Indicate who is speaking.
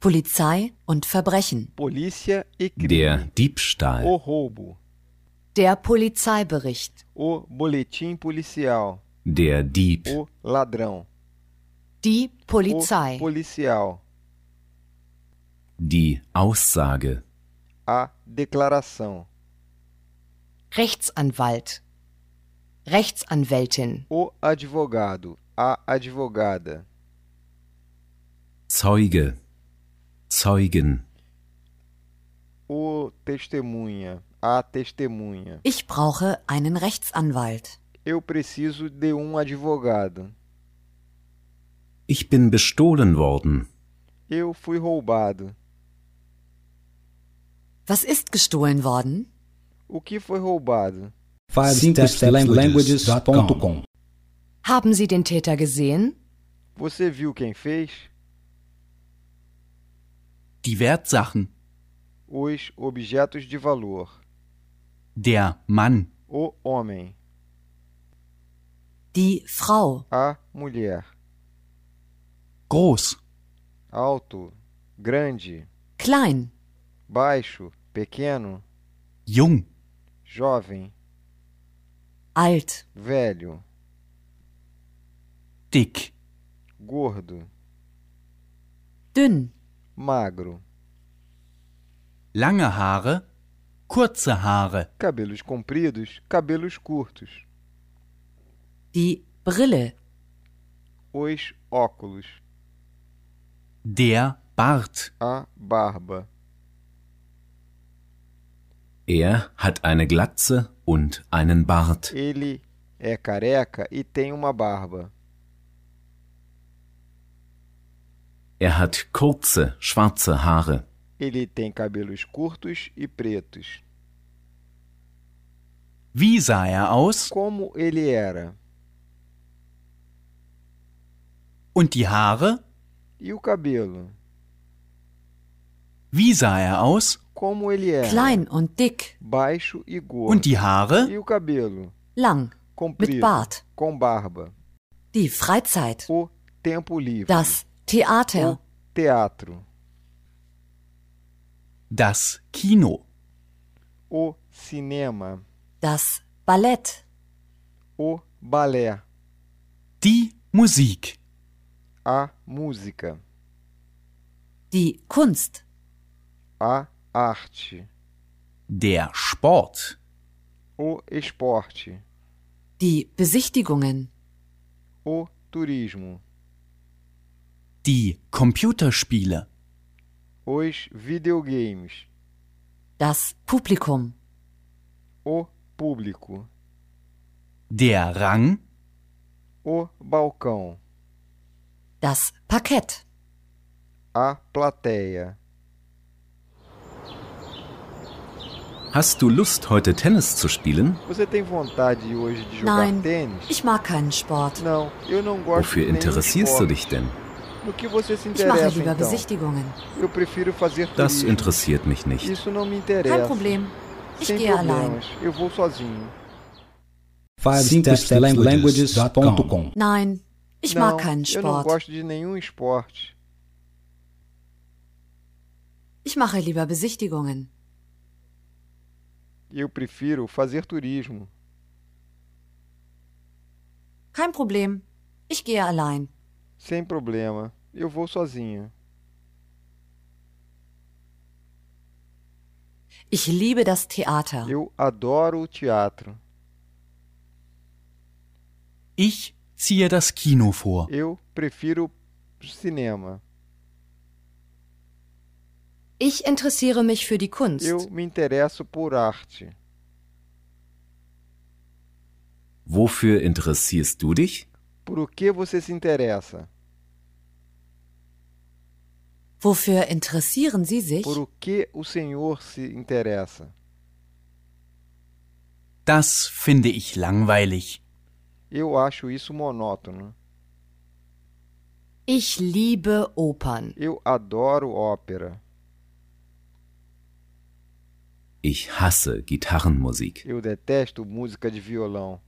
Speaker 1: Polizei und Verbrechen.
Speaker 2: polícia e crime,
Speaker 3: der
Speaker 2: o
Speaker 3: Diebstahl,
Speaker 2: roubo,
Speaker 1: Der Polizeibericht.
Speaker 2: o boletim policial,
Speaker 3: der Dieb,
Speaker 2: o ladrão,
Speaker 1: Die
Speaker 2: o
Speaker 1: Polizei.
Speaker 2: policial,
Speaker 3: die Aussage,
Speaker 2: a declaração,
Speaker 1: Rechtsanwalt. Rechtsanwältin.
Speaker 2: o advogado, a advogada,
Speaker 3: Zeuge, Zeugen,
Speaker 2: o testemunha, a testemunha.
Speaker 1: Ich brauche einen Rechtsanwalt.
Speaker 2: Eu preciso de um advogado.
Speaker 3: ich bin bestohlen worden,
Speaker 2: Eu fui roubado.
Speaker 1: Was ist gestohlen worden?
Speaker 2: O que foi roubado?
Speaker 4: 5stepslanguages.com
Speaker 1: Haben Sie den Täter gesehen?
Speaker 2: Você viu quem fez?
Speaker 5: die Wertsachen,
Speaker 2: Os objetos de valor.
Speaker 5: der Mann,
Speaker 2: O homem,
Speaker 1: Die Frau.
Speaker 2: a mulher.
Speaker 5: groß,
Speaker 2: Alto, grande,
Speaker 1: Klein.
Speaker 2: baixo, pequeno,
Speaker 5: jung,
Speaker 2: jovem,
Speaker 1: Alt.
Speaker 2: velho,
Speaker 5: dick,
Speaker 2: gordo,
Speaker 1: Dünn.
Speaker 2: magro,
Speaker 5: lange Haare, kurze Haare,
Speaker 2: cabelos compridos, cabelos curtos.
Speaker 1: Die Brille.
Speaker 2: Os óculos,
Speaker 5: der Bart,
Speaker 2: a barba.
Speaker 3: er hat eine Glatze und einen Bart,
Speaker 2: Ele é careca e tem uma barba.
Speaker 3: er hat kurze, schwarze Haare,
Speaker 2: Ele tem cabelos curtos e pretos.
Speaker 5: wie sah er aus
Speaker 2: Como ele era?
Speaker 5: und die Haare,
Speaker 2: E o cabelo?
Speaker 5: wie sah er aus
Speaker 2: Como ele era?
Speaker 1: Klein und dick.
Speaker 2: Baixo e gordo.
Speaker 5: und die Haare,
Speaker 2: E o cabelo?
Speaker 1: Lang.
Speaker 2: Comprido.
Speaker 1: Mit Bart.
Speaker 2: Com barba.
Speaker 1: Die Freizeit.
Speaker 2: O tempo livre.
Speaker 1: Das Theater.
Speaker 2: O teatro.
Speaker 5: das Kino,
Speaker 2: O cinema.
Speaker 1: Das Ballett.
Speaker 2: O balé.
Speaker 5: die Musik,
Speaker 2: A música.
Speaker 1: Die Kunst.
Speaker 2: A arte.
Speaker 5: der Sport,
Speaker 2: O esporte.
Speaker 1: Die Besichtigungen.
Speaker 2: O turismo.
Speaker 5: die Computerspiele,
Speaker 2: Os videogames.
Speaker 1: Das Publikum.
Speaker 2: O público.
Speaker 5: der Rang,
Speaker 2: O balcão.
Speaker 1: Das Parkett.
Speaker 2: A plateia.
Speaker 3: hast du Lust heute Tennis zu spielen?
Speaker 2: Você tem vontade hoje de jogar
Speaker 1: Nein.
Speaker 2: tênis?
Speaker 1: Ich mag keinen Sport.
Speaker 2: Não, eu não gosto
Speaker 3: Wofür
Speaker 2: de nenhum
Speaker 3: interessierst du
Speaker 2: esporte.
Speaker 3: dich denn?
Speaker 2: No que você se
Speaker 1: Ich mache
Speaker 2: interessa,
Speaker 1: lieber
Speaker 2: então?
Speaker 1: Besichtigungen.
Speaker 2: Eu prefiro fazer
Speaker 3: Das
Speaker 2: turismo.
Speaker 3: interessiert mich nicht.
Speaker 2: Isso não me
Speaker 1: Kein
Speaker 2: interessa.
Speaker 1: Problem. Ich
Speaker 2: Sem
Speaker 1: gehe allein.
Speaker 2: problemas. Eu vou sozinho.
Speaker 4: 5stepslanguages.com
Speaker 1: Nein, ich
Speaker 2: não,
Speaker 1: mag keinen
Speaker 2: Eu não
Speaker 1: Sport.
Speaker 2: gosto de nenhum esporte.
Speaker 1: Ich mache lieber Besichtigungen.
Speaker 2: Eu prefiro fazer turismo.
Speaker 1: Kein Problem. Ich gehe allein.
Speaker 2: Sem problema. Eu vou sozinho.
Speaker 1: Ich liebe das Theater.
Speaker 2: Eu adoro o teatro.
Speaker 5: ich ziehe das Kino vor,
Speaker 2: Eu prefiro cinema.
Speaker 1: Ich interessiere mich für die Kunst.
Speaker 2: Eu me interesso por arte.
Speaker 3: Wofür interessierst du dich?
Speaker 2: Por o que você se interessa?
Speaker 1: Wofür interessieren Sie sich?
Speaker 2: Por o que o senhor se interessa?
Speaker 5: das finde ich langweilig.
Speaker 2: Eu acho isso monótono.
Speaker 1: Ich liebe Opern.
Speaker 2: Eu adoro ópera.
Speaker 3: Ich hasse Gitarrenmusik.
Speaker 2: Eu detesto música de violão.